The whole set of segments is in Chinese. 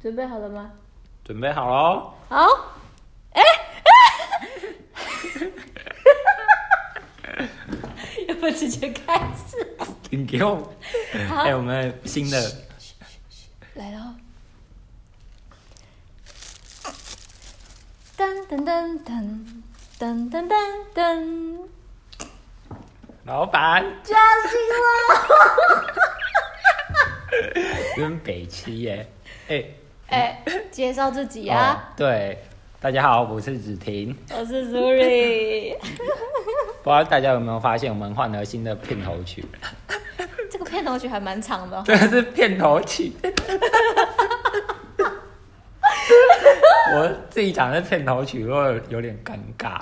准备好了吗？准备好哦喽！好，哎、 哎要不直接开始？你给我，好，哎、我们新的来喽！噔噔噔噔噔噔噔噔，老板叫醒我！真北七耶！哎、哎、介绍自己啊，哦，对，大家好，我是子婷。我是 Sorry。不知道大家有没有发现，我们换了新的片头曲，这个片头曲还蛮长的哦、这个是片头曲。我自己讲的片头曲，如果有点尴尬。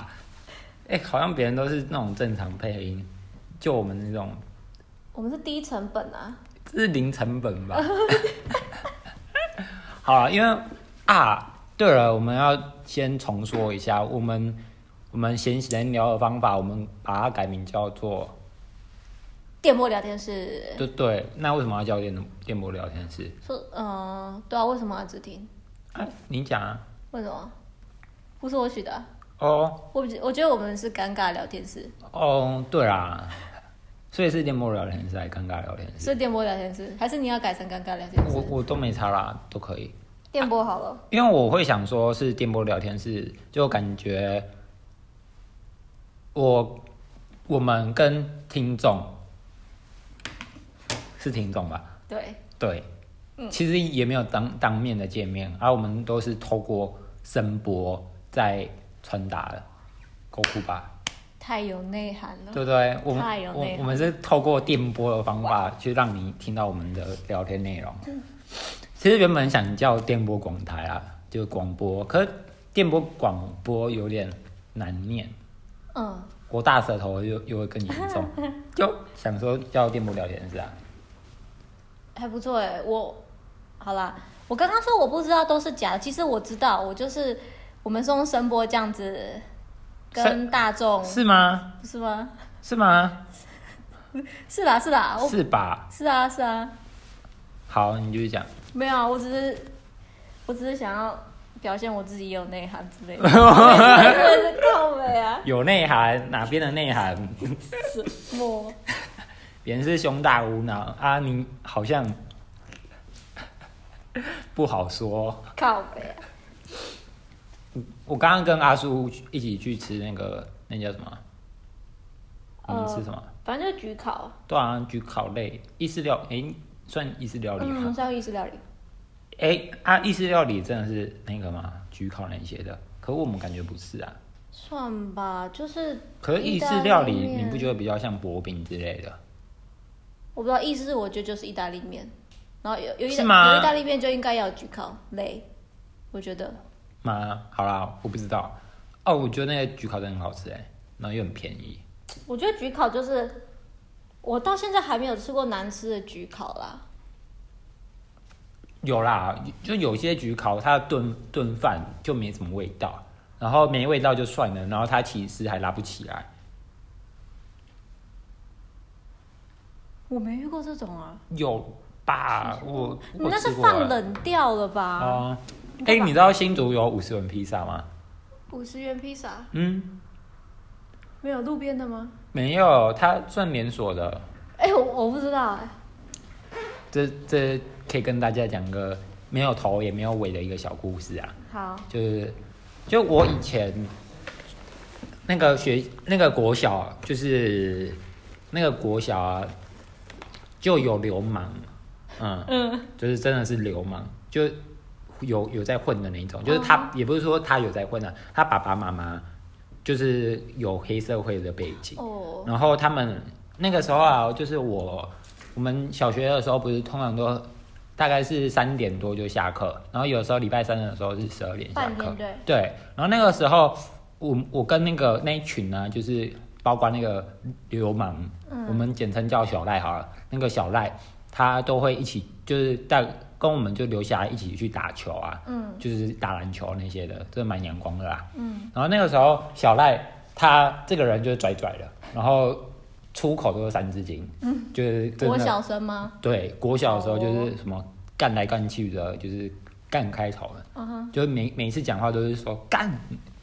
哎、好像别人都是那种正常配音，就我们这种我们是低成本啊，这是零成本吧？ 好了，因为啊，对了，我们要先重说一下，我们我们闲闲聊的方法，我们把它改名叫做电波聊天室。对对。那为什么要叫电电波聊天室？说，嗯、对啊，为什么要只听？啊，你讲啊。为什么？不是我取的啊、哦我不觉我觉得我们是尴尬聊天室，哦，对啦，所以是电波聊天室还是尴尬聊天室？是电波聊天室，还是你要改成尴尬聊天我室？我都没差啦，都可以。电波好了，因为我会想说是电波聊天室，就感觉我我们跟听众是听众吧？对，对，其实也没有当当面的见面，啊而、我们都是透过声波在传达的，够酷吧？太有内涵了。对不对？我们哦太有内我涵我们是透过电波的方法去让你听到我们的聊天内容。其实原本想叫电波广台啊，就是广播，可是电波广播有点难念，嗯，我大舌头又又会更严 重，就想说叫电波聊天室啊。还不错哎。我好啦，我刚刚说我不知道都是假的，其实我知道，我就是我们是用声波这样子跟大众是吗？不是吗？是吗？是啦是啦，我是吧？是啊是啊，好，你继续讲。没有啊，我只是我只是想要表现我自己有内涵之类 的，是靠美啊，有内涵，哪边的 内涵？什么？别人是胸大无脑啊，你好像不好说。靠北啊！我刚刚跟阿叔一起去吃那个那叫什么？啊我们呃嗯吃什么？反正就焗烤，对啊，焗烤类意式料，诶，算意式料理嗯，吗？是要意式料理。诶，啊，意式料理真的是那个吗？焗烤那些的，可我们感觉不是啊。算吧，就是。可是意式料理，你面不觉得比较像薄饼之类的？我不知道，意思是我觉得就是意大利面，然后有有意是吗有意大利面就应该要有焗烤类，我觉得吗？好啦，我不知道。哦，我觉得那个焗烤真的很好吃诶，然后又很便宜。我觉得焗烤就是我到现在还没有吃过难吃的焗烤啦。有啦，就有些焗烤它的炖炖饭就没什么味道，然后没味道就算了，然后它其实还拉不起来。我没遇过这种啊，有吧？我你我那吃是过啊放了冷掉了吧？哦。你哎、干嘛你知道新竹有五十文披萨吗？五十元披萨嗯，没有路边的吗？没有，它算连锁的。哎、我我不知道哎、这这可以跟大家讲个没有头也没有尾的一个小故事啊，好，就是就我以前那个学那个国小啊，就是那个国小啊，就有流氓，嗯，嗯，就是真的是流氓，就有有在混的那一种，就是他、也不是说他有在混啊，他爸爸妈妈就是有黑社会的背景，哦，然后他们那个时候啊，就是我我们小学的时候不是通常都大概是三点多就下课，然后有时候礼拜三的时候是十二点下半课天，对对，然后那个时候我我跟那个那一群呢、就是包括那个流氓，我们简称叫小赖好了，那个小赖他都会一起就是带跟我们就留下来一起去打球啊，嗯就是打篮球那些的，这蛮阳光的啦。嗯，然后那个时候小赖他这个人就是拽拽的，然后出口都是三字经，嗯，就是真国的小生吗？对国小的时候就是什么干来干去的，就是干开头的，嗯哼，就是每每一次讲话都是说干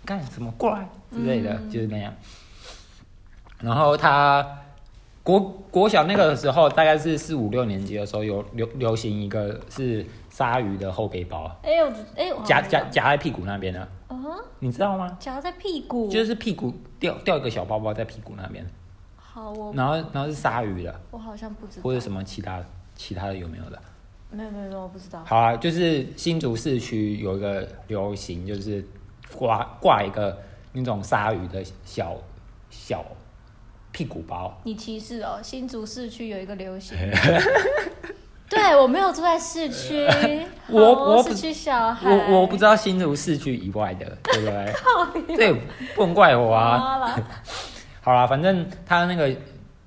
干什么过来之类的，嗯就是那样。然后他国国小那个时候，大概是四五六年级的时候，有流流行一个是鲨鱼的后背包，哎、我知哎、我好像夹知夹道，夹在屁股那边的，嗯哼，你知道吗？夹在屁股，就是屁股掉掉一个小包包在屁股那边，好，我然后然后是鲨鱼的，我好像不知道，或者什么其他其他的有没有的？没有没有没有，我不知道，好啊，就是新竹市区有一个流行，就是挂挂一个那种鲨鱼的小小屁股包，你歧视哦，新竹市区有一个流 行。对，我没有住在市区， 我好哦我不市区小孩，我我不知啊道新竹市区以外的，对不对？这也不能怪我啊。好啦好啦，反正他那个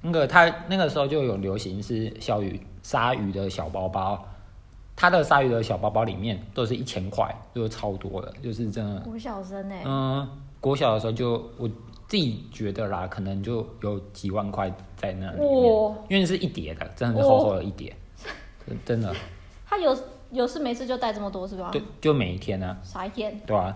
那个他那个时候就有流行是小鱼鲨鱼的小包包，他的鲨鱼的小包包里面都是一千块，就是超多的，就是真的。五小生哎、嗯，国小的时候就我自己觉得啦，可能就有几万块在那里面哇，因为是一叠的，真的是厚厚的一叠，真真的，他有有事没事就带这么多是吧？就就每一天呢、啊。傻眼，对啊。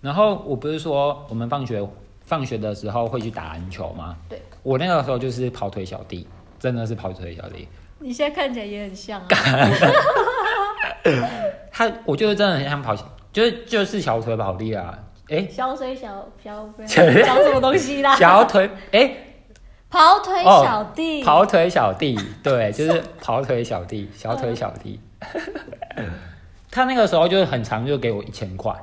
然后我不是说我们放学放学的时候会去打篮球吗？对，我那个时候就是跑腿小弟，真的是跑腿小弟。你现在看起来也很像啊。他我就是真的很想跑，就是就是小腿跑力啊， 哎、小水小小 不要切讲什么东西啦？小腿哎、跑腿小弟，跑腿小弟，对，就是跑腿小弟，小腿小弟。他那个时候就是很长，就给我一千块。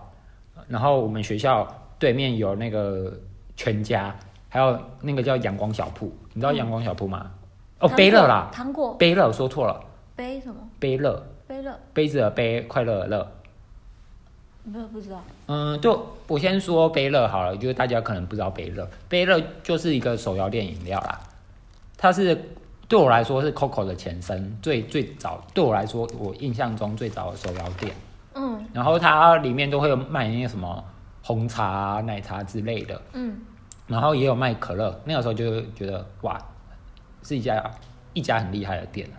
然后我们学校对面有那个全家，还有那个叫阳光小铺，你知道阳光小铺吗？哦，糖果贝乐啦，糖果贝乐说错了，杯什么贝乐，杯乐？杯子的杯，快乐的乐。没有不知道，嗯，就我先说贝乐好了，就是大家可能不知道贝乐，贝乐就是一个手摇店饮料啦，它是对我来说是 Coco 的前身，最最早对我来说，我印象中最早的手摇店。嗯然后它里面都会有卖那个什么红茶啊、奶茶之类的，嗯，然后也有卖可乐。那个时候就觉得哇，是一家一家很厉害的店，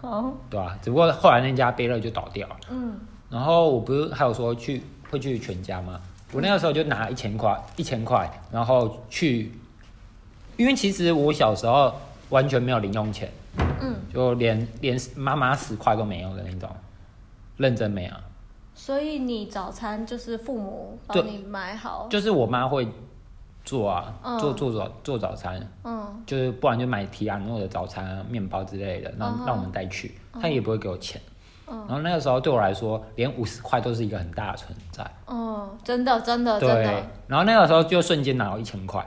好，对吧、只不过后来那家贝乐就倒掉了。嗯然后我不是还有说去会去全家吗？我那个时候就拿一千块，一千块，然后去，因为其实我小时候完全没有零用钱，嗯，就连连妈妈十块都没有的那种，认真没有，所以你早餐就是父母对帮你买好，就是我妈会做啊，嗯做做早做早餐，嗯就是不然就买提亚诺的早餐、啊、面包之类的，让嗯让我们带去，她也不会给我钱。嗯然后那个时候对我来说，连五十块都是一个很大的存在。嗯，真的真的真对的，，然后那个时候就瞬间拿到一千块，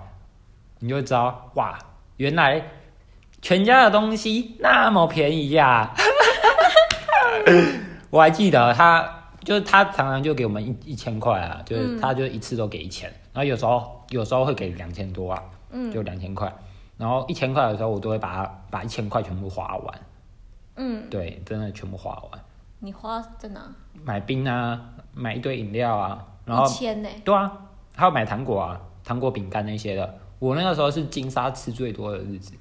你就知道哇，原来全家的东西那么便宜呀、 我还记得他就是他常常就给我们一一千块啊，嗯就是他就一次都给一千，然后有时候有时候会给两千多啊，嗯就两千块。然后一千块的时候，我都会把它把一千块全部花完，嗯，对，真的全部花完，你花在哪？买冰啊，买一堆饮料啊，然后一千呢？对啊，还有买糖果啊，糖果、饼干那些的。我那个时候是金沙吃最多的 日子，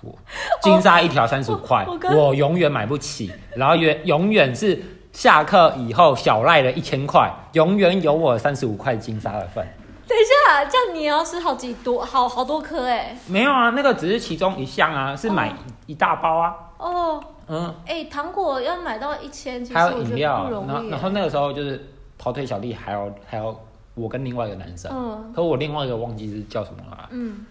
我金沙一条三十五块我跟，我永远买不起。然后永永远是下课以后小赖的一千块，永远有我三十五块金沙的份。等一下，这样你也要吃好几多好好多颗哎，没有啊，那个只是其中一项啊，是买一大包啊，哦。嗯，哎、糖果要买到一千，其实还有我饮觉料得不啊，然容后易。然后，那个时候就是跑腿小弟，还有还有我跟另外一个男生，嗯可我另外一个忘记是叫什么了啊。嗯，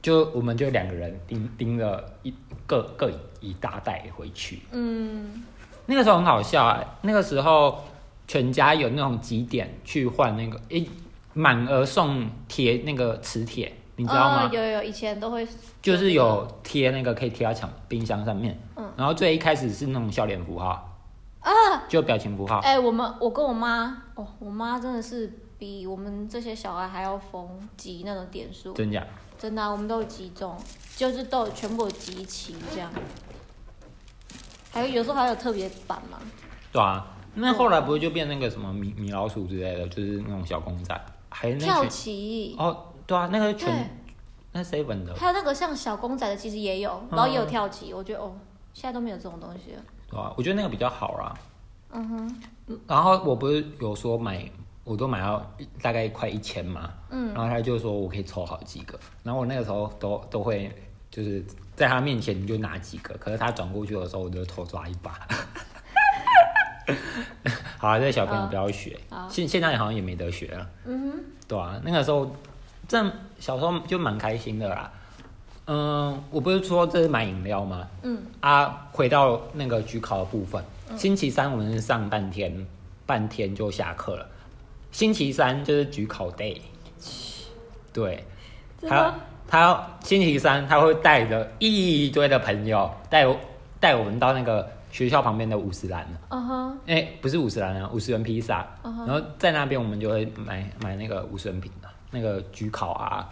就我们就两个人拎拎了一各各一大袋回去。嗯，那个时候很好笑、啊，那个时候全家有那种几点去换那个诶满额送贴那个磁铁，你知道吗？哦有有，以前都会，就是有贴那个可以贴到墙冰箱上面。嗯然后最一开始是那种笑脸符号，啊，就表情符号。哎、我们我跟我妈，哦，我妈真的是比我们这些小孩还要疯，集那种点数，真假？真的啊、我们都有集中，就是都有全部有集齐这样。还有有时候还有特别版嘛，对啊。那后来不是就变那个什么米米老鼠之类的，就是那种小公仔，还有那跳群棋，哦，对啊，那个对，全那 seven 的，还有那个像小公仔的其实嗯也有，然后也有跳棋，我觉得哦，现在都没有这种东西了。对啊，我觉得那个比较好啦。嗯哼，然后我不是有说买，我都买到大概快一千嘛，嗯，然后他就说我可以抽好几个，然后我那个时候都都会就是在他面前就拿几个，可是他转过去的时候我就偷抓一把。 好、啊，这小朋友不要学，好现现在好像也没得学了，嗯哼，对啊，那个时候这小时候就蛮开心的啦。嗯，我不是说这是买饮料吗？嗯啊，回到那个举考的部分，星期三我们是上半天，半天就下课了。星期三就是举考 day，对，真他的他星期三他会带着一堆的朋友带我带我们到那个学校旁边的五十兰，嗯哼，哎、不是五十兰啊，五十元披萨嗯哼然后在那边我们就会买买那个五十元品啊，那个焗烤啊，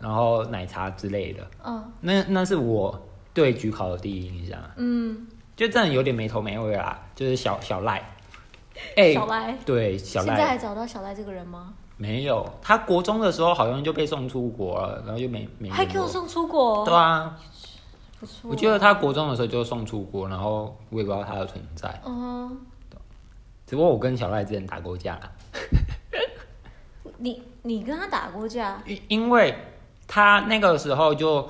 然后奶茶之类的。嗯那那是我对焗烤的第一印象啊，嗯，就真的有点没头没尾啦，就是小小赖，哎、小赖对小现在赖还找到小赖这个人吗？没有，他国中的时候好像就被送出国了，然后就没没联还给我络送出国，对啊，不错。我记得，他国中的时候就送出国，然后我也不知道他的存在。嗯只不过我跟小赖之前打过架啦，哼，你你跟他打过架？因因为他那个时候就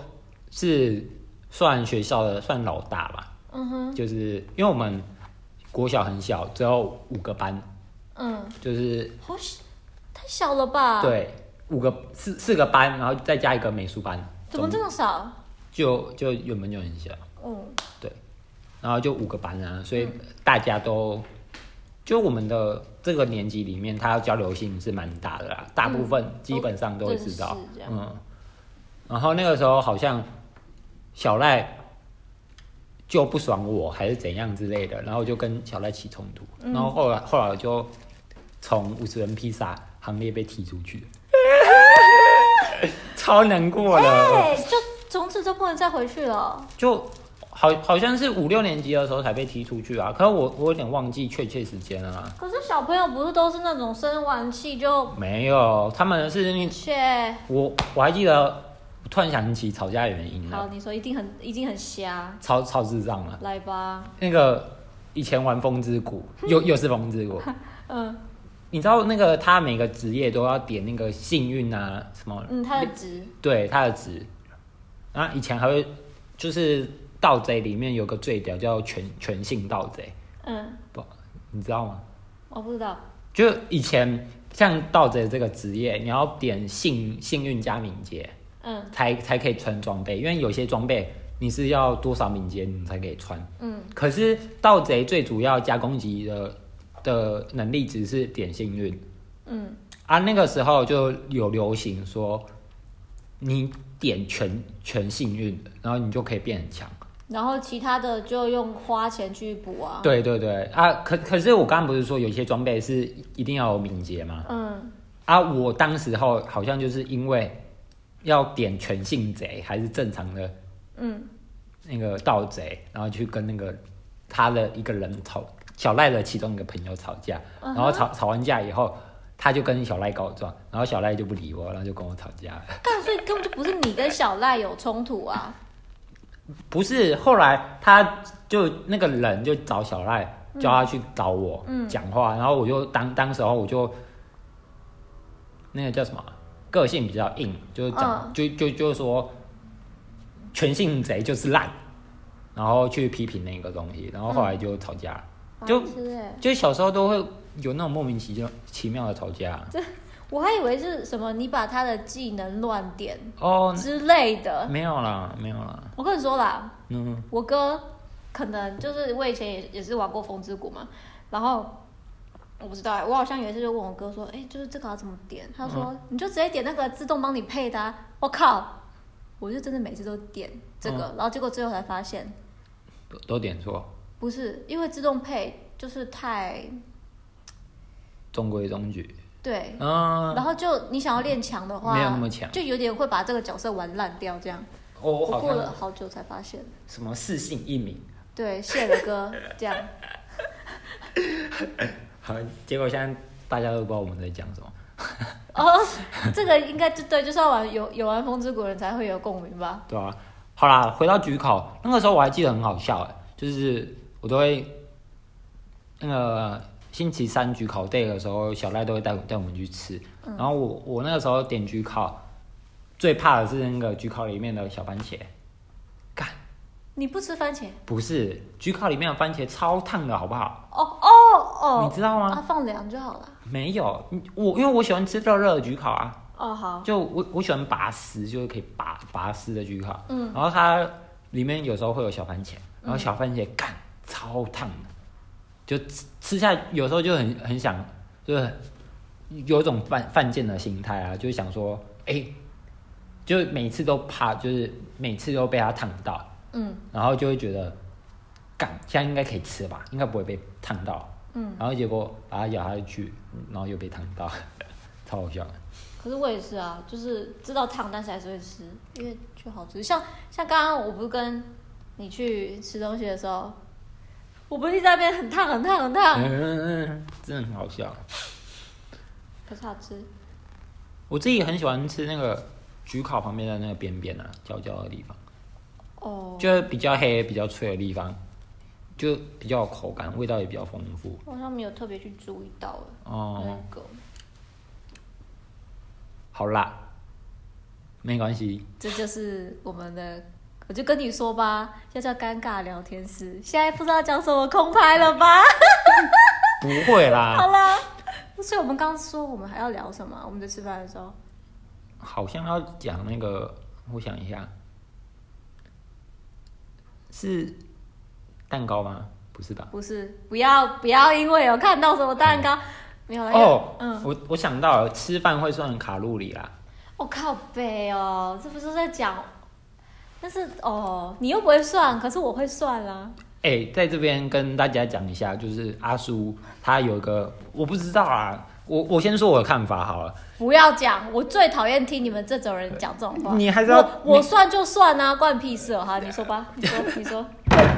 是算学校的算老大吧，嗯哼，就是因为我们国小很小，只有五个班，嗯，就是好小，太小了吧？，对五个四四个班，然后再加一个美术班，怎么这总么少？就就原本就很小，嗯对，然后就五个班啊，所以大家都，就我们的这个年级里面，他交流性是蛮大的啦，大部嗯分基本上都会知道都认识这，样嗯。然后那个时候好像小赖就不爽我，还是怎样之类的，然后就跟小赖起冲突，嗯然后后来后来我就从五十人披萨行列被踢出 去，超难过了。哎，就从此就不能再回去了。就好好像是五六年级的时候才被踢出去啊。可是我我有点忘记确切时间了啊。可是小朋友不是都是那种生完气就没有，他们是因为切？我我还记得，我突然想起吵架的原因好，了，你说一定很一定很瞎，超超智障了。来吧，那个以前玩风之 谷，又又是风之谷，嗯你知道那个他每个职业都要点那个幸运啊什么，嗯，他的值，对他的值。然后以前还会就是盗贼里面有个最屌叫全全性盗贼，嗯，不你知道吗？我不知道，就以前像盗贼这个职业，你要点幸幸运加敏捷，嗯才才可以穿装备，因为有些装备你是要多少敏捷你才可以穿。嗯可是盗贼最主要加攻击的的能力值是点幸运嗯啊，那个时候就有流行说，你点全全幸运，然后你就可以变很强。然后其他的就用花钱去补啊，对对对啊，可可是我刚刚不是说有些装备是一定要有敏捷吗？嗯啊，我当时候好像就是因为要点全性贼还是正常的嗯那个盗贼，然后去跟那个他的一个人吵，小赖的其中一个朋友吵架，然后吵吵完架以后，他就跟小赖告状，然后小赖就不理我，然后就跟我吵架了。干，所以根本就不是你跟小赖有冲突啊，不是，后来他就那个人就找小赖，叫他去找我嗯讲、话，然后我就当当时候我就那个叫什么啊，个性比较硬，就是讲、嗯就就就说全性贼就是烂，然后去批评那个东西，然后后来就吵架了，就白痴哎，就小时候都会有那种莫名其妙奇妙的吵架我还以为是什么你把他的技能乱点哦，之类的，没有啦，没有啦，我跟你说啦，嗯我哥可能就是我以前也也是玩过风之谷嘛，然后我不知道、欸，我好像有一次就问我哥说，哎、就是这个要怎么点？他说、嗯你就直接点那个自动帮你配的、啊。我靠，我就真的每次都点这个，嗯然后结果最后才发现都都点错，不是，因为自动配就是太中规中矩，对。嗯。然后就你想要练强的话，没有那么强就有点会把这个角色玩烂掉这样。哦，我我好过像了好久才发现，什么四姓一名，对，谢了哥这样。好，结果现在大家都不知道我们在讲什么。哦，这个应该就对，就是要玩有有玩风之谷的人才会有共鸣吧？对啊，好欸啦，回到举考，那个时候我还记得很好笑哎，就是我都会那个星期三焗烤 day 的时候，小赖都会带带我们去吃。然后我我那个时候点焗烤，最怕的是那个焗烤里面的小番茄。干，你不吃番茄？不是焗烤里面的番茄超烫的好不好？哦哦你哦，知道吗？啊，放凉就好了。没有，我因为我喜欢吃热热的焗烤啊。哦，好，就我我喜欢拔丝，就是可以拔拔丝的焗烤。嗯，然后它里面有时候会有小番茄，然后小番茄干、超烫的，就吃吃下有时候就很很想，就是很有一种犯犯贱的心态啊，就是想说，哎、就每次都怕，就是每次都被它烫到，嗯然后就会觉得，干现在应该可以吃吧，应该不会被烫到。嗯，然后结果把它咬下去，然后又被烫到， 超好笑的。可是我也是啊，就是知道烫，但是还是会吃，因为就好吃。像像刚刚我不是跟你去吃东西的时候，我不是一直在那边很烫很烫很烫，嗯，真的很好笑。可是好吃。我自己很喜欢吃那个焗烤旁边的那个边边啊，焦焦的地方，哦，就是比较黑、比较脆的地方，就比较有口感，味道也比较丰富。我好像没有特别去注意到哎，哦，那个好辣，没关系，这就是我们的，我就跟你说吧，这叫尴尬聊天室。现在不知道讲什么，空拍了 吧？不会好啦。了，所以我们刚刚说我们还要聊什么？我们在吃饭的时候，好像要讲那个，我想一下，是蛋糕吗？不是吧？不是不要不要，因为有看到什么蛋糕，没有啦嗯哦，嗯，我我想到了，吃饭会算卡路里啦。我、靠背哦，这不是在讲，但是哦，你又不会算，可是我会算啦。哎、在这边跟大家讲一下，就是阿叔他有一个我不知道啊，我我先说我的看法好了。不要讲，我最讨厌听你们这种人讲这种话。你还是要我我算就算啊，关你屁事哦！哈，你说吧，你说，你说。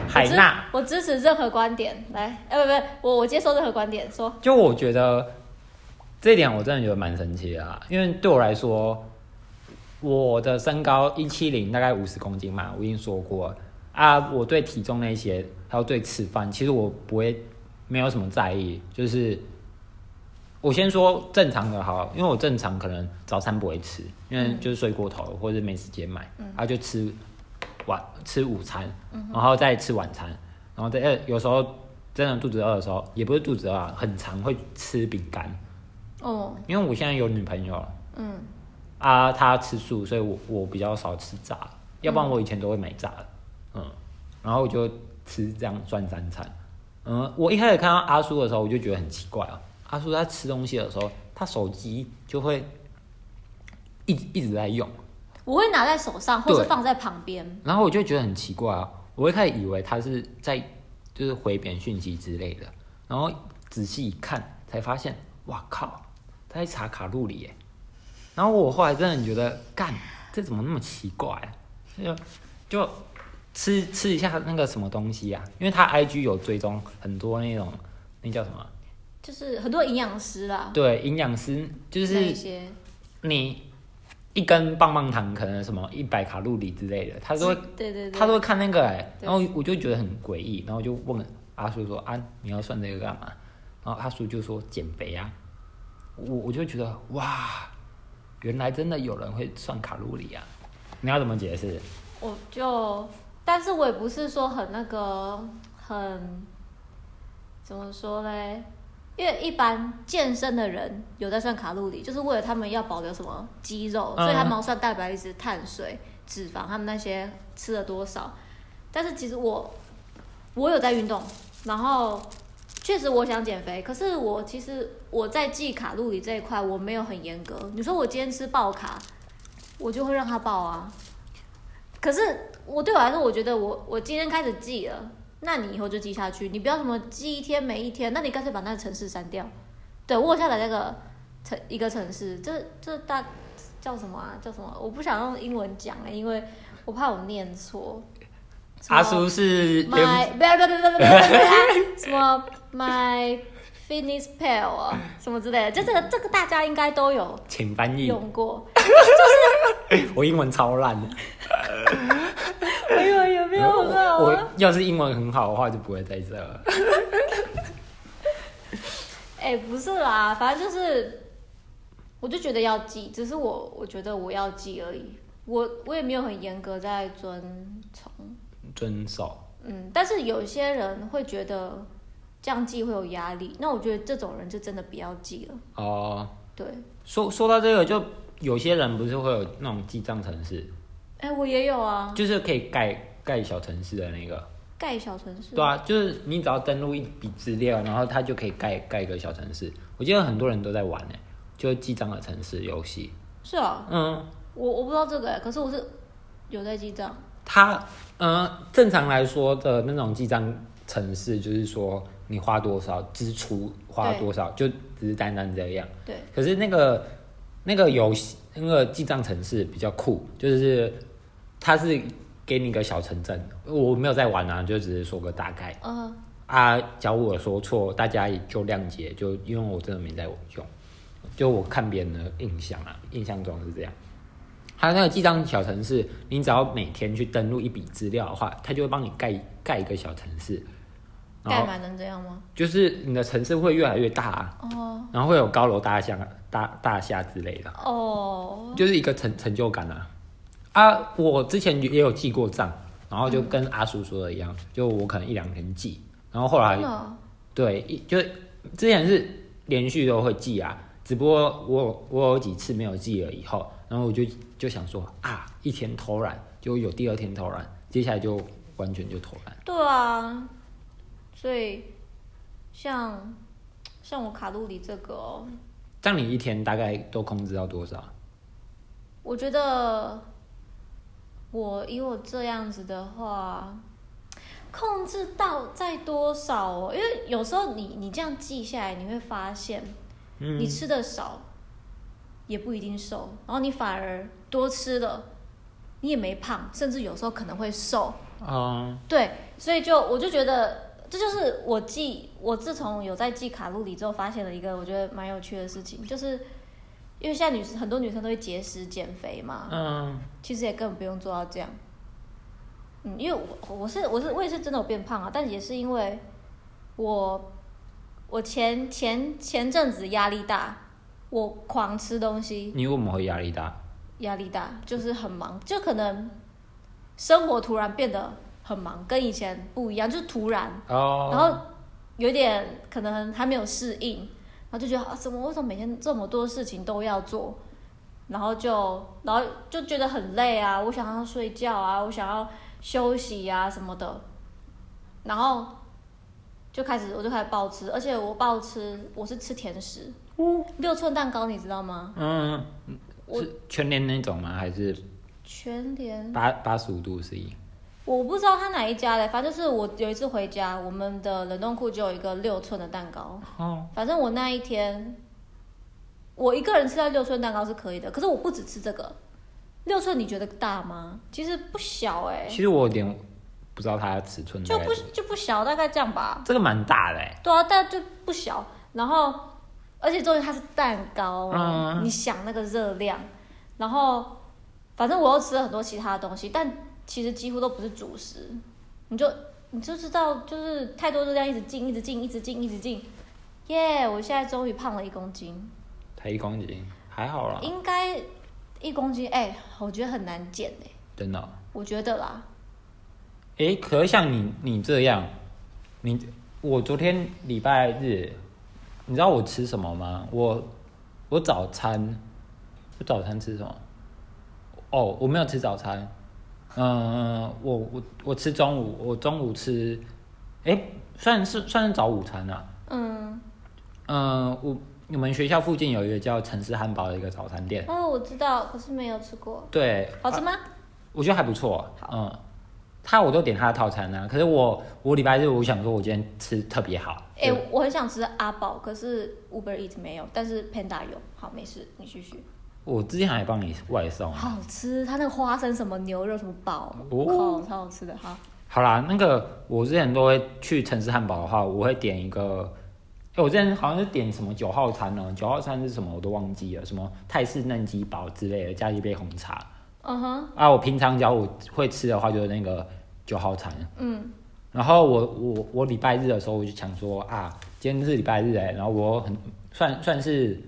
海纳，我支，我支持任何观点。来，呃，不不，我我接受任何观点。说，就我觉得这一点我真的觉得蛮神奇的、啊，因为对我来说，我的身高一七零，大概五十公斤嘛，我已经说过了啊。我对体重那些，还有对吃饭，其实我不会没有什么在意，就是我先说正常的好了，因为我正常可能早餐不会吃，因为就是睡过头或者没时间买，然后就吃晚吃午餐，然后再吃晚餐，然后再呃有时候真的肚子饿的时候，也不是肚子饿啊，很常会吃饼干，哦，因为我现在有女朋友了嗯，啊，她吃素，所以我我比较少吃炸的，要不然我以前都会买炸的，嗯，然后我就吃这样算三餐，嗯，我一开始看到阿叔的时候，我就觉得很奇怪啊，阿叔他吃东西的时候，他手机就会一直一直在用，我会拿在手上，或是对放在旁边。然后我就觉得很奇怪啊，我一开始以为他是在就是回别人讯息之类的，然后仔细一看才发现，哇靠，他在查卡路里耶。然后我后来真的觉得，干，这怎么那么奇怪、啊？就就吃吃一下那个什么东西啊，因为他 IG 有追踪很多那种那叫什么？就是很多营养师啦，对，营养师那就一是些你一根棒棒糖可能什么一百卡路里之类的，他都会对对对，他都会看那个哎、对然后我就觉得很诡异，然后我就问阿叔说啊，你要算这个干嘛？然后阿叔就说减肥啊，我我就觉得哇，原来真的有人会算卡路里啊，你要怎么解释？我就，但是我也不是说很那个，很怎么说嘞？因为一般健身的人有在算卡路里，就是为了他们要保留什么肌肉，嗯所以他们要算蛋白质、碳水、脂肪，他们那些吃了多少。但是其实我我有在运动，然后确实我想减肥，可是我其实我在记卡路里这一块我没有很严格。你说我今天吃爆卡，我就会让它爆啊。可是我对我来说，我觉得我我今天开始记了，那你以后就记下去，你不要什么记一天没一天，那你干脆把那个城市删掉。对我有下载那个城一个城市，这这大叫什么啊？叫什么？我不想用英文讲了、因为我怕我念错。什么阿叔是连 My 不要不要不要不要不要不要， 什么 My Fitness Pal 哦，什么之类的，就这个这个大家应该都有请翻译，用过。我英文超烂的，哎呦，有没有很好我啊？要是英文很好的话就不会在这了。哎、不是啦，反正就是，我就觉得要记，只是我我觉得我要记而已，我我也没有很严格在遵从，遵守。嗯，但是有些人会觉得这样记会有压力，那我觉得这种人就真的不要记了，哦、对。说说到这个，就有些人不是会有那种记账城市，哎、我也有啊，就是可以盖盖小城市的那个。盖小城市。对啊，就是你只要登录一笔资料，然后它就可以盖盖一个小城市。我记得很多人都在玩呢、就记账的城市游戏。是啊，嗯，我我不知道这个、哎，可是我是有在记账。它呃，正常来说的那种记账城市，就是说你花多少支出花多少，就只是单单这样。对，可是那个那个游戏那个记账城市比较酷，就是它是给你一个小城镇，我没有在玩啊，就只是说个大概。呃，啊，假如我说错，大家也就谅解，就因为我真的没在用，就我看别人的印象啊，印象中是这样。还有那个记账小城市，你只要每天去登录一笔资料的话，它就会帮你盖盖一个小城市，然盖后满能这样吗？就是你的城市会越来越大、啊，哦然后会有高楼大厦、大大厦之类的，哦，就是一个成成就感啊。啊，我之前也有记过账，然后就跟阿叔说的一样，就我可能一两天记，然后后来真的哦对，一就是之前是连续都会记啊，只不过我有我有几次没有记了以后，然后我就就想说啊，一天偷懒，就有第二天偷懒，接下来就完全就偷懒。对啊，所以像像我卡路里这个哦，这样你一天大概都控制到多少？我觉得我以我这样子的话，控制到在多少哦？因为有时候你你这样记下来，你会发现你嗯，吃的少也不一定瘦，然后你反而多吃了，你也没胖，甚至有时候可能会瘦。哦、对，所以就我就觉得这就是我记，我自从有在记卡路里之后，发现了一个我觉得蛮有趣的事情，就是因为现在女生很多女生都会节食减肥嘛，嗯，其实也根本不用做到这样。嗯，因为我我是我是我也是真的有变胖啊，但也是因为我我前前前阵子压力大，我狂吃东西，你为什么会压力大？压力大就是很忙，就可能生活突然变得很忙，跟以前不一样，就是突然，哦，然后有点可能还没有适应，然后就觉得啊，怎么为什么每天这么多事情都要做，然后就然后就觉得很累啊，我想要睡觉啊，我想要休息啊什么的，然后就开始我就开始暴吃，而且我暴吃我是吃甜食，六寸蛋糕你知道吗？嗯，我是全年那种吗？还是全联八八十五度 C？我不知道他哪一家嘞，反正就是我有一次回家，我们的冷冻库就有一个六寸的蛋糕。哦，反正我那一天，我一个人吃到六寸蛋糕是可以的，可是我不只吃这个。六寸你觉得大吗？其实不小哎、其实我有点不知道它的尺寸大就概不多少，就不小，大概这样吧。这个蛮大的欸对啊，但就不小。然后，而且重点它是蛋糕、哦，嗯你想那个热量，然后反正我又吃了很多其他的东西，但其实几乎都不是主食，你就你就知道就是太多热量一直进，一直进，一直进，一直进。耶、我现在终于胖了一公斤，才一公斤，还好啦，应该一公斤，哎、我觉得很难减哎、真的哦。我觉得啦，诶，可是像你你这样，你我昨天礼拜日，你知道我吃什么吗？我我早餐，我早餐吃什么？哦，我没有吃早餐，嗯、我我我吃中午，我中午吃，诶，算是算是早午餐啊，嗯，嗯、我我们学校附近有一个叫城市汉堡的一个早餐店，哦，我知道，可是没有吃过，对，好吃吗？啊我觉得还不错。嗯，他我都点他的套餐啊，可是我我礼拜日我想说，我今天吃特别好。哎、就我很想吃阿宝，可是 Uber Eat 没有，但是 Panda 有。好，没事，你继续。我之前还帮你外送。啊好吃，它那个花生什么牛肉什么堡，哦靠，超好吃的。好，好啦，那个我之前都会去城市汉堡的话，我会点一个。哎、我之前好像是点什么九号餐呢、九号餐是什么我都忘记了，什么泰式嫩鸡堡之类的，加一杯红茶。嗯哼，啊，我平常只要我会吃的话，就是那个九号餐。嗯，然后我我我礼拜日的时候我就想说啊，今天是礼拜日哎、然后我很算算是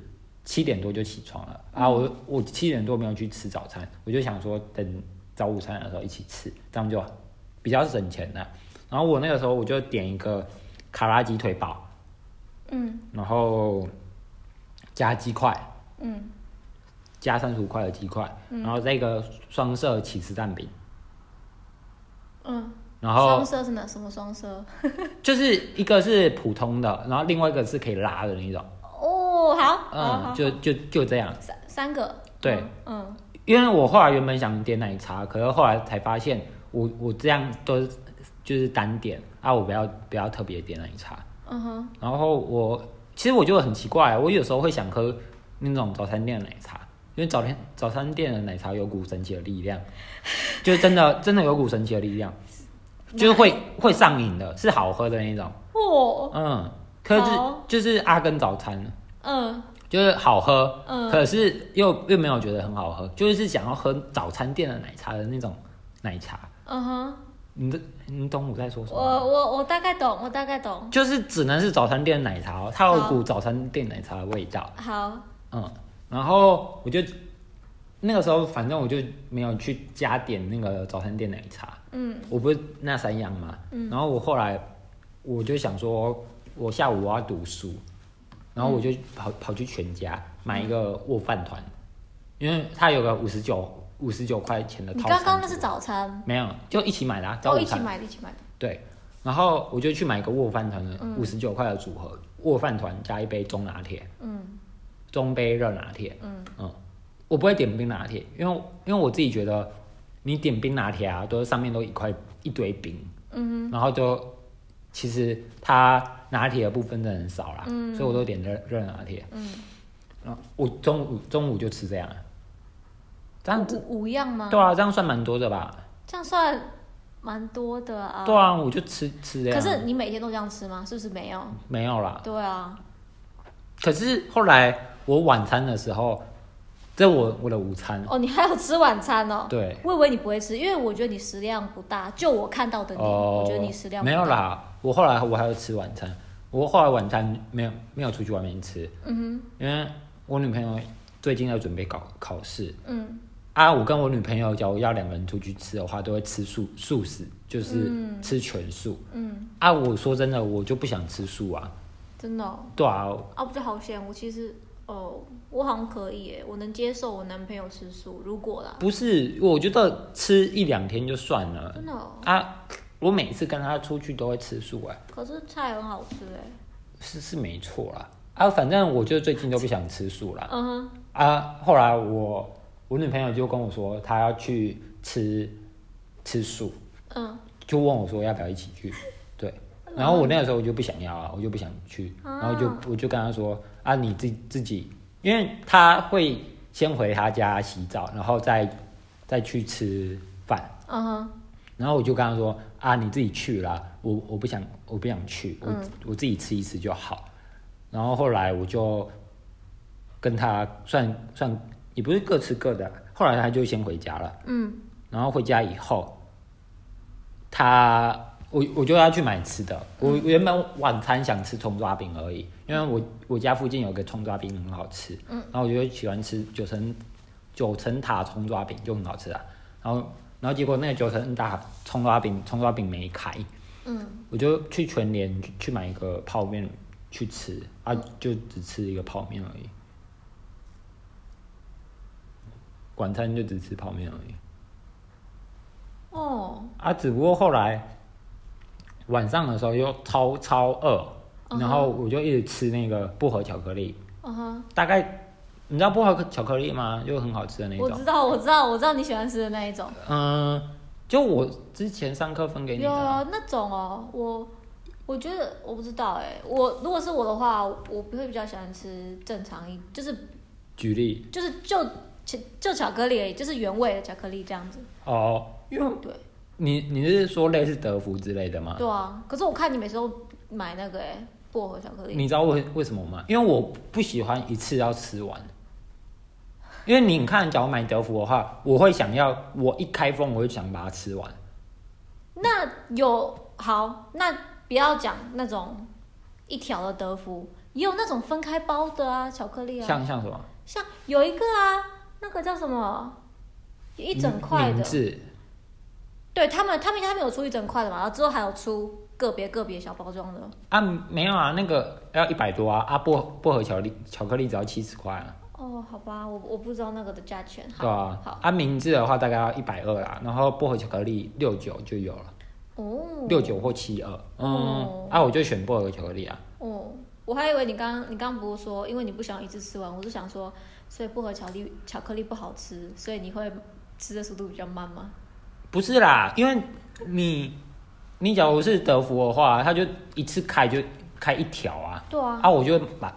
七点多就起床了啊，我我七点多没有去吃早餐，我就想说等早午餐的时候一起吃，这样就比较省钱了、然后我那个时候我就点一个卡拉鸡腿堡，嗯然后加鸡块，嗯加三十五块的鸡块，然后再一个双色起司蛋饼，嗯，然后双色是哪什么双色？就是一个是普通的，然后另外一个是可以拉的那种，哦，好，好嗯，好，就就就这样。三三个，对嗯，因为我后来原本想点奶茶，可是后来才发现我，我这样都是就是单点啊，我不要不要特别点奶茶。嗯嗯哼，然后我其实我就很奇怪，我有时候会想喝那种早餐店的奶茶，因为早天早餐店的奶茶有股神奇的 力量，就是真的真的有股神奇的力量，就是会会上瘾的，是好喝的那种。哦，嗯，可是好就是阿根早餐，嗯就是好喝，嗯可是又又没有觉得很好喝，就是想要喝早餐店的奶茶的那种奶茶。嗯哼，你的你懂我在说什我么吗？我我大概懂，我大概懂，就是只能是早餐店的奶茶、哦，它有好股早餐店奶茶的味道。好，嗯，然后我就那个时候，反正我就没有去加点那个早餐店奶茶。嗯我不是那三样嘛，然后我后来我就想说，我下午我要读书，然嗯后我就跑、跑去全家买一个握饭团，因为它有个五十九五十九块钱的你呃套餐。刚刚那是早餐，没有，就一起买的、啊，早哦，午一起餐。买的，一起买的，对，然后我就去买一个握饭团的五十九块的组合，握饭团加一杯中拿铁，嗯中杯热拿铁。嗯嗯，我不会点冰拿铁，因为因为我自己觉得，你点冰拿铁啊，都是上面都一块一堆冰，嗯然后就其实它拿铁的部分真的很少啦，嗯所以我都点热热拿铁。嗯，然后我中午中午就吃这样了，这样子五五样吗？对啊，这样算蛮多的吧？这样算蛮多的啊。对啊，我就吃吃这样。可是你每天都这样吃吗？是不是没有？没有啦，对啊，可是后来我晚餐的时候，这我我的午餐，哦，你还有吃晚餐哦。对，我以为你不会吃，因为我觉得你食量不大。就我看到的你，哦，我觉得你食量不没大有。啦。我后来我还有吃晚餐，我后来晚餐没有没有出去外面吃，嗯因为我女朋友最近要准备考考试哼，嗯啊。我跟我女朋友假如要两个人出去吃的话，都会吃素素食，就是嗯吃全素、嗯，啊。我说真的，我就不想吃素啊。真的哦。对啊，啊，不就好险！我其实哦，我好像可以耶，我能接受我男朋友吃素，如果啦，不是，我觉得吃一两天就算了真的哦。啊。我每次跟她出去都会吃素啊。可是菜很好吃哎。是是没错啦。啊，反正我就最近都不想吃素啦。嗯哼，啊，后来我我女朋友就跟我说，她要去吃吃素，嗯就问我说要不要一起去。对，然后我那个时候我就不想要啊，我就不想去，然后就我就跟她说啊，你自自己，因为她会先回她家洗澡，然后再再去吃饭。嗯哼，然后我就跟他说啊，你自己去啦，我我不想我不想去，我、嗯我自己吃一吃就好。然后后来我就跟他算算也不是各吃各的，后来他就先回家了。嗯然后回家以后，他我我就要去买吃的，我嗯我原本晚餐想吃葱抓饼而已，因为我我家附近有个葱抓饼很好吃，嗯，然后我就喜欢吃九层九层塔葱抓饼就很好吃啊，然后然后结果那个九层塔葱抓饼葱抓饼没开，嗯我就去全联去去买一个泡面去吃啊，就只吃一个泡面而已。晚餐就只吃泡面而已哦，啊，只不过后来晚上的时候又超超饿，嗯哼然后我就一直吃那个薄荷巧克力，嗯哼，大概你知道薄荷巧克力吗？就很好吃的那我种知。道，我知道，我知道你喜欢吃的那一种。嗯，就我之前上课分给你的有啊，有那种哦，我我觉得我不知道哎、我如果是我的话，我不会比较喜欢吃正常一，就是举例就是就就就巧克力而已，就是原味的巧克力这样子。哦，因为对你你是说类似德芙之类的吗？对啊，可是我看你每次都买那个哎、薄荷巧克力，你知道为为什么吗？因为我不喜欢一次要吃完。因为你看，假如买德芙的话，我会想要，我一开封我就想把它吃完。那有好，那不要讲那种一条的德芙，也有那种分开包的啊，巧克力啊，像像像什么？有一个啊，那个叫什么，一整块名的，字对他们，他们他们有出一整块的嘛，然后之后还有出个别个别小包装的，啊，没有啊，那个要一百多啊，啊薄薄荷巧克力巧克力只要七十块啊，哦，好吧，我我不知道那个的价钱，对好，吧、啊好？，啊名字的话大概要一百二啦，然后薄荷巧克力六九就有了，哦，六九或七二，嗯哦，啊我就选薄荷巧克力啊，哦，我还以为你刚刚你刚刚不是说，因为你不想一次吃完，我是想说，所以薄荷巧克力巧克力不好吃，所以你会吃的速度比较慢吗？不是啦，因为你你假如是德芙的话，它就一次开就开一条啊，对啊，啊我就把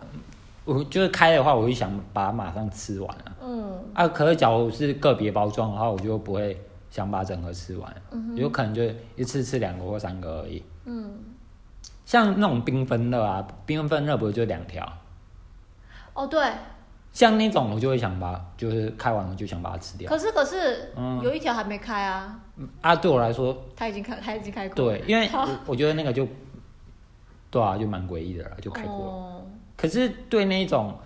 我就是开的话，我就想把它马上吃完啊，嗯啊可是假如是个别包装的话，我就不会想把整盒吃完。嗯有可能就一次吃两个或三个而已。嗯，像那种缤纷乐啊，缤纷乐不是就两条？哦对，像那种我就会想把，就是开完我就想把它吃掉。可是可是、啊嗯有一条还没开啊，啊，对我来说，它已经开它已经开过，，对，因为好我我觉得那个就，对啊，就蛮诡异的啦，就开过了。哦、可是对那种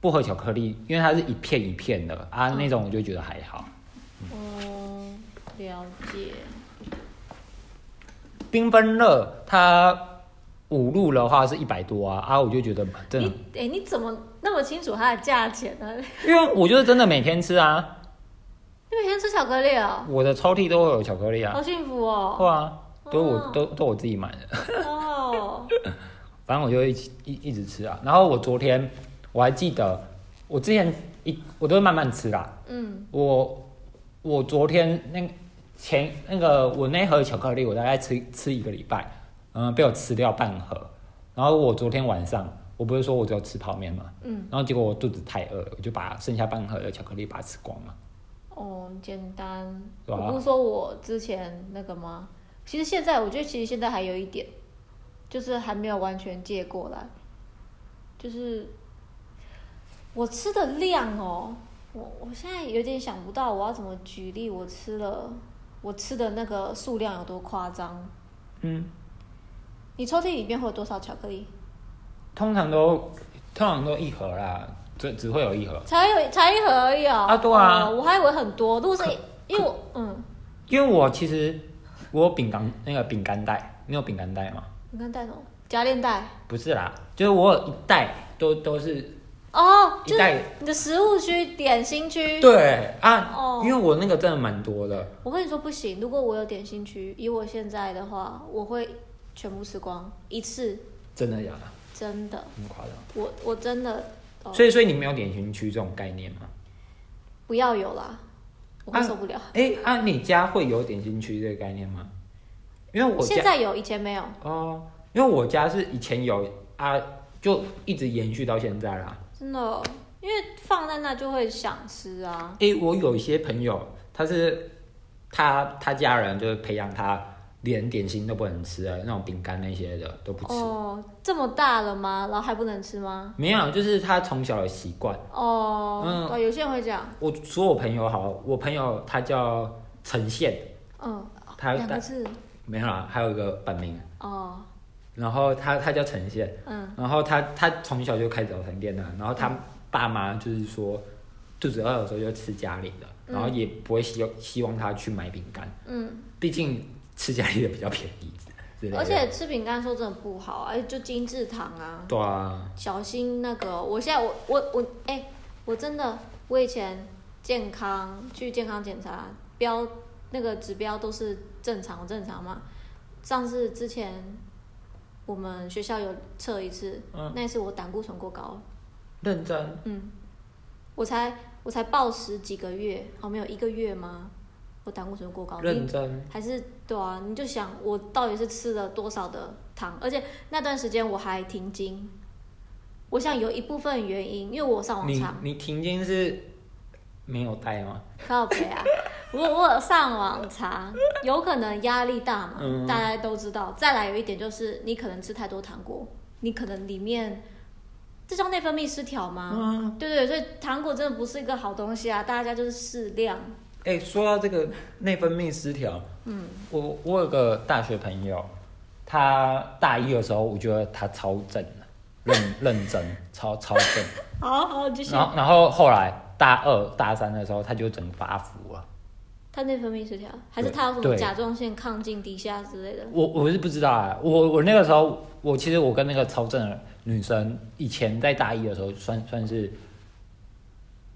薄荷巧克力，因为它是一片一片的啊，嗯那种我就觉得还好。哦，了解，缤纷乐它五路的话是一百多啊，啊，我就觉得真你的，哎、你怎么那么清楚它的价钱呢、 因为我就是真的每天吃啊，你每天吃巧克力哦，我的抽屉都会有巧克力啊。好幸福哦，对啊，都我、哦都都我自己买的，哦，反正我就一起一一直吃啊。然后我昨天我还记得，我之前一我都会慢慢吃啦。嗯我我昨天那前那个我那盒巧克力，我大概吃吃一个礼拜，嗯，被我吃掉半盒。然后我昨天晚上，我不是说我只有吃泡面嘛，嗯，然后结果我肚子太饿了，我就把剩下半盒的巧克力把它吃光了。哦，简单。对啊我不是说我之前那个吗？其实现在我觉得，其实现在还有一点，就是还没有完全戒过来，就是我吃的量哦，我我现在有点想不到我要怎么举例，我吃了我吃的那个数量有多夸张。嗯，你抽屉里面会有多少巧克力？通常都通常都一盒啦，只只会有一盒。才有才一盒而已哦。啊对啊哦我还以为很多，如果是可因为我嗯，因为我其实我有饼干那个饼干袋，你有饼干袋吗？你看带什么？夹链带。不是啦，就是我有一袋都都是哦，就一袋是你的食物区、点心区。对啊，哦因为我那个真的蛮多的，我跟你说不行，如果我有点心区，以我现在的话，我会全部吃光一次，真的假的？真的，很夸张。我我真的、哦、所以所以你没有点心区这种概念吗？不要有啦，我会啊受不了。哎、啊，你家会有点心区这个概念吗？因为我现家在有，以前没有。哦，因为我家是以前有啊，就一直延续到现在啦。真的，因为放在那就会想吃啊。诶，我有一些朋友，他是他他家人就是培养他，连点心都不能吃的，那种饼干那些的都不吃。哦，这么大了吗？然后还不能吃吗？没有，就是他从小的习惯。哦，嗯对，有些人会这样。我说我朋友好，我朋友他叫陈宪，嗯，他两他个字。没有啦，还有一个本名，哦，然后他他叫陈宪，嗯，然后他他从小就开早餐店的，然后他爸妈就是说肚子饿的时候就吃家里的，然后也不会希希望他去买饼干，嗯。毕竟吃家里的比较便宜之类的。而且吃饼干说真的不好啊，而且就精致糖啊，对啊，小心那个。我现在我我我哎、我真的我以前健康去健康检查标那个指标都是正常正常嘛。上次之前我们学校有测一次，嗯那一次我胆固醇过高，认真嗯，我才我才暴食几个月，好没有一个月吗？我胆固醇过高，认真，还是对啊，你就想我到底是吃了多少的糖，而且那段时间我还停经，我想有一部分原因，因为我上网你查你停经是没有带吗？靠北啊，我我有上网查，有可能压力大嘛，嗯大家都知道。再来有一点就是你可能吃太多糖果，你可能里面这叫内分泌失调吗？嗯，对对，所以糖果真的不是一个好东西啊，大家就是适量。哎、说到这个内分泌失调，嗯我我有个大学朋友，他大一的时候，我觉得他超正的，认认真，超超正。好好继续然。后然后后来大二大三的时候，他就整个发福了。他内分泌失调，还是对他有什么对甲状腺亢进、低下之类的？我我是不知道啊，我我那个时候，我其实我跟那个超正的女生，以前在大一的时候算算是，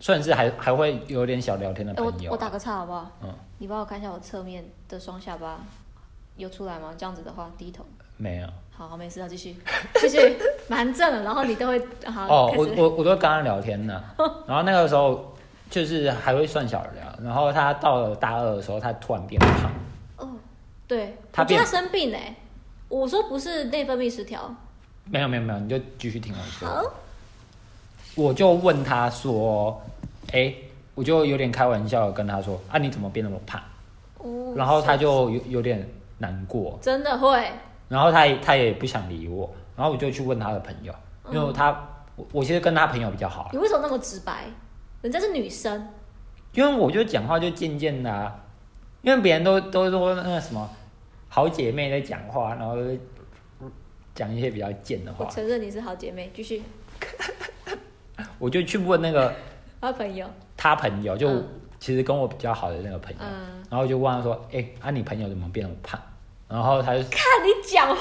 算是还还会有点小聊天的哎、朋我友啊、我打个岔好不好？嗯，你帮我看一下我侧面的双下巴有出来吗？这样子的话，低头。没有。好好，没事，要继续， 继续，蛮正的。然后你都 会好哦，开我始我我都跟他聊天 呢，然后那个时候就是还会算小聊，然后他到了大二的时候，他突然变胖，哦，对，他我觉得变他生病嘞、我说不是内分泌失调，没有没有没有，你就继续听我好说。我就问他说，哎、我就有点开玩笑地跟他说，啊你怎么变那么胖？哦，然后他就有有点难过，真的会，然后他也他也不想理我，然后我就去问他的朋友，因为他、我我其实跟他朋友比较好啊，你为什么那么直白？人家是女生，因为我就讲话就渐渐的、啊，因为别人都都说那个什么好姐妹在讲话，然后就是讲一些比较贱的我话，承认你是好姐妹。继续，我就去问那个他朋友，他朋友，就嗯其实跟我比较好的那个朋友，嗯然后我就问他说：“哎、啊你朋友怎么变那么胖？”然后他就，看你讲话，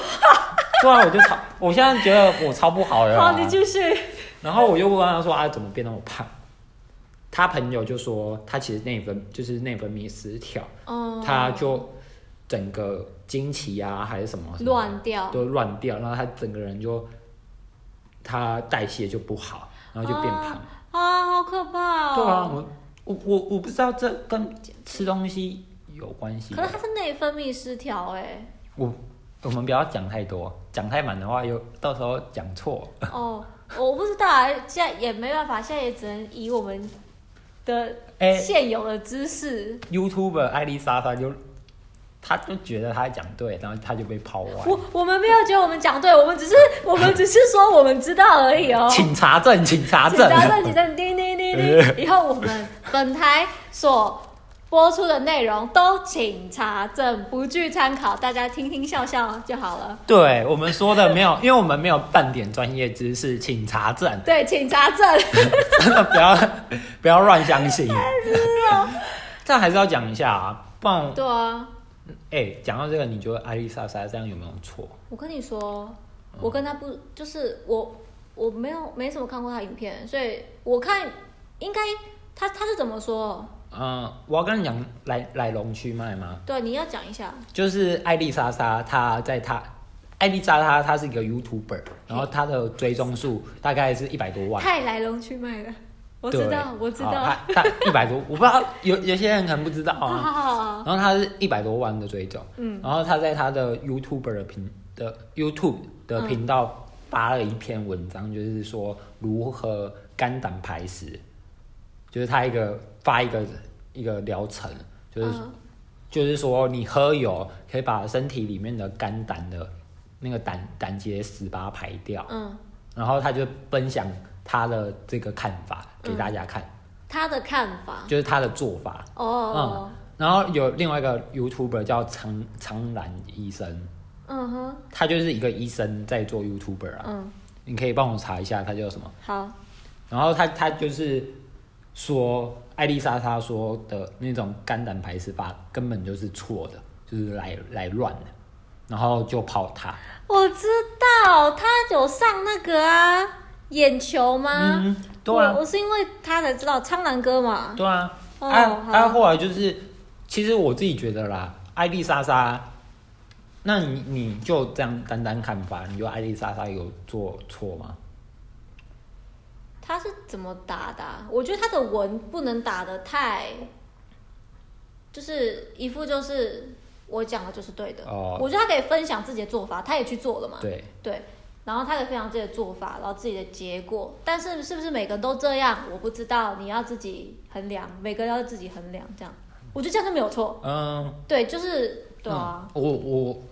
对啊，我就超，我现在觉得我超不好的、啊。好，你继续。然后我就问他说啊，怎么变那么胖？他朋友就说他其实内分就是内分泌失调，哦，他就整个经期啊还是什么什么乱掉都乱掉，然后他整个人就他代谢就不好，然后就变胖。啊，好可怕哦。对啊，我我我我不知道这跟吃东西有关系啊可。是他是内分泌失调哎、我我们不要讲太多，讲太满的话又到时候讲错。哦，我不知道啊，现在也没办法，现在也只能以我们的哎现有的知识。 YouTuber 艾丽莎她就，她就觉得她讲对，然后她就被抛完。我我们没有觉得我们讲对，我们只是我们只是说我们知道而已哦。请查证，请查请证。哎查证，请证，叮叮 叮叮。以后我们本台所播出的内容都请查证，不具参考，大家听听笑笑就好了。对我们说的没有，因为我们没有半点专业知识，请查证，对，请查证。 真的不要不要乱相信。但还是要讲一下啊，不然对啊，哎，讲、到这个，你觉得艾丽莎莎这样有没有错？我跟你说，嗯我跟他不就是我我没有没什么看过他影片，所以我看应该他他是怎么说？嗯，我要跟你讲来来龙去脉吗？对，啊你要讲一下。就是艾丽莎莎，她在她艾丽莎莎，她是一个 YouTuber，然后她的追踪数大概是一百多万。太来龙去脉了，我对知道，我知道。好他他一百多，我不知道有有些人可能不知道好好啊。好好，然后他是一百多万的追踪，嗯，然后他在他的 YouTube 的频的 YouTube 的嗯频道发了一篇文章，就是说如何肝胆排石，就是他一个发一个一个疗程，就是、嗯就是说你喝油可以把身体里面的肝胆的那个胆胆结石把它排掉，嗯，然后他就分享他的这个看法给大家看，嗯他的看法就是他的做法。哦，嗯然后有另外一个 YouTuber 叫苍苍兰医生，嗯哼，他就是一个医生在做 YouTuber 啊，嗯，你可以帮我查一下他叫什么。好，然后他他就是说艾丽莎莎说的那种肝胆排石法根本就是错的，就是来来乱的，然后就泡他。我知道他有上那个啊眼球吗？嗯，对啊我，我是因为他才知道苍兰哥嘛。对啊，哦啊好啊，后来就是，其实我自己觉得啦，艾丽莎莎，那你你就这样单单看法，你觉得艾丽莎莎有做错吗？他是怎么打的啊、我觉得他的文不能打的太，就是一副就是我讲的就是对的。哦我觉得他可以分享自己的做法，他也去做了嘛。对，对，然后他可以分享自己的做法，然后自己的结果。但是是不是每个人都这样，我不知道，你要自己衡量，每个人要自己衡量这样。我觉得这样就没有错。嗯，对，就是对啊，嗯我我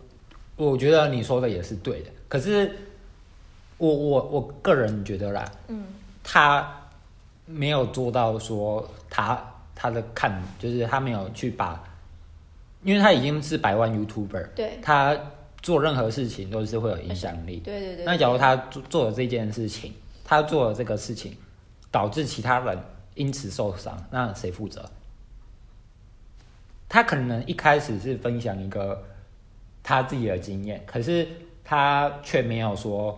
我觉得你说的也是对的，可是我我我个人觉得啦，嗯，他没有做到说他他的看，嗯就是他没有去把，因为他已经是百万 YouTuber，对他做任何事情都是会有影响力。对对对，那假如他做做了这件事情，他做了这个事情，导致其他人因此受伤，那谁负责？他可能一开始是分享一个他自己的经验，可是他却没有说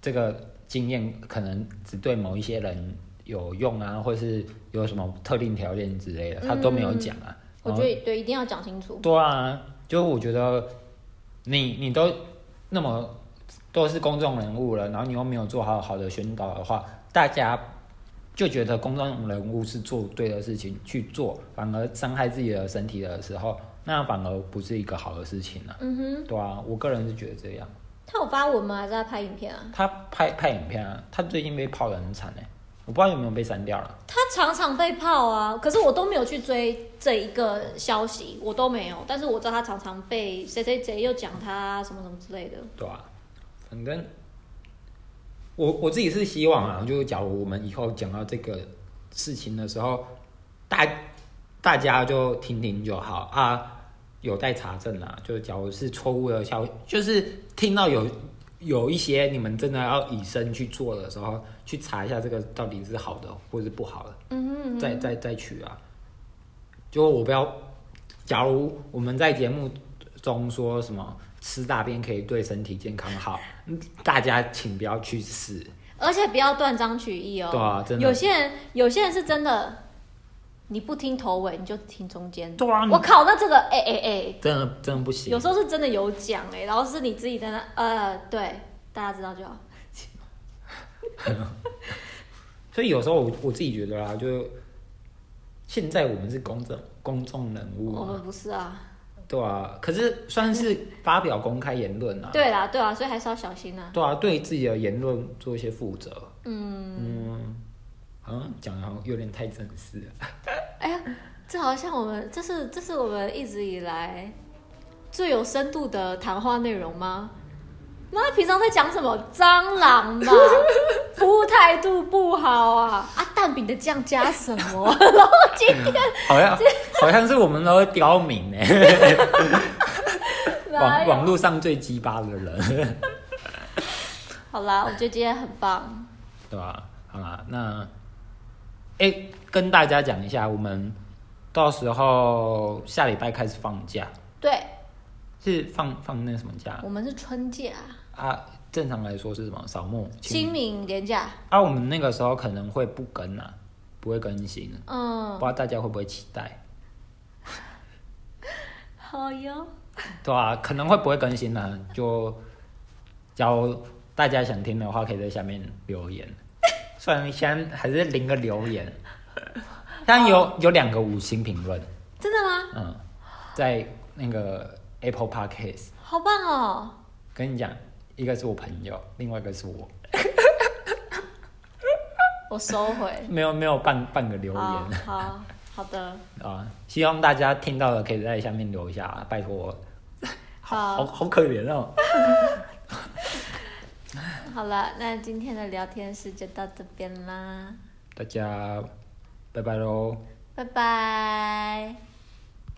这个经验可能只对某一些人有用啊，或是有什么特定条件之类的，他都没有讲啊。嗯我觉得对，一定要讲清楚。对啊，就我觉得你你都那么都是公众人物了，然后你又没有做好好的宣导的话，大家就觉得公众人物是做对的事情去做，反而伤害自己的身体的时候，那反而不是一个好的事情啊。嗯哼，对啊，我个人是觉得这样。他有发文吗？还是在拍影片啊？他拍拍影片啊，他最近被泡的很惨哎、我不知道有没有被删掉了。他常常被泡啊，可是我都没有去追这一个消息，我都没有。但是我知道他常常被谁谁谁又讲他啊什么什么之类的。对啊，反正我我自己是希望啊，就是假如我们以后讲到这个事情的时候，大大家就听听就好啊，有待查证啊。就假如是错误的消息，就是听到有有一些你们真的要以身去做的时候，去查一下这个到底是好的或是不好的。嗯哼嗯哼再再再取啊。就我不要，假如我们在节目中说什么吃大便可以对身体健康好，嗯大家请不要去试，而且不要断章取义哦。对啊真的有些人，有些人是真的，你不听头尾，你就听中间。对啊你我靠，那这个，哎哎哎，真的真的不行有。时候是真的有讲哎、然后是你自己在那，呃，对，大家知道就好。所以有时候我我自己觉得啊，就现在我们是公众公众人物我嘛，们不是啊，对啊，可是算是发表公开言论啊，对啦，对啊，所以还是要小心啊。对啊，对自己的言论做一些负责。嗯，嗯，好像讲的好像有点太正式了。哎呀，这好像我们，这是这是我们一直以来最有深度的谈话内容吗？妈，平常在讲什么？蟑螂 吧，服务态度不好啊！啊，蛋饼的酱加什 么？然后今天好像好像是我们都会刁民哎、来啊网网络上最鸡巴的人，好啦，我觉得今天很棒。对吧、好啦，那哎、诶跟大家讲一下，我们到时候下礼拜开始放假，对是放放那什么假我们是春假、啊？正常来说是什么扫墓？清清明明连假，啊，我们那个时候可能会不更啊，不会更新，嗯啊不知，道大家会不会期待？好哟，对啊，可能会不会更新呢、啊就假如大家想听的话，可以在下面 留言。虽然先还是零个留言，但有有两个五星评论，真的吗？嗯，在那个 Apple Podcast，好棒哦！跟你讲，一个是我朋友，另外一个是我，。我收回没有没有半半个留言好好好的，啊，希望大家听到的可以在下面留一下啊，拜托我，好好好可怜哦。好了，那今天的聊天室就到这边啦，大家拜拜喽。拜拜。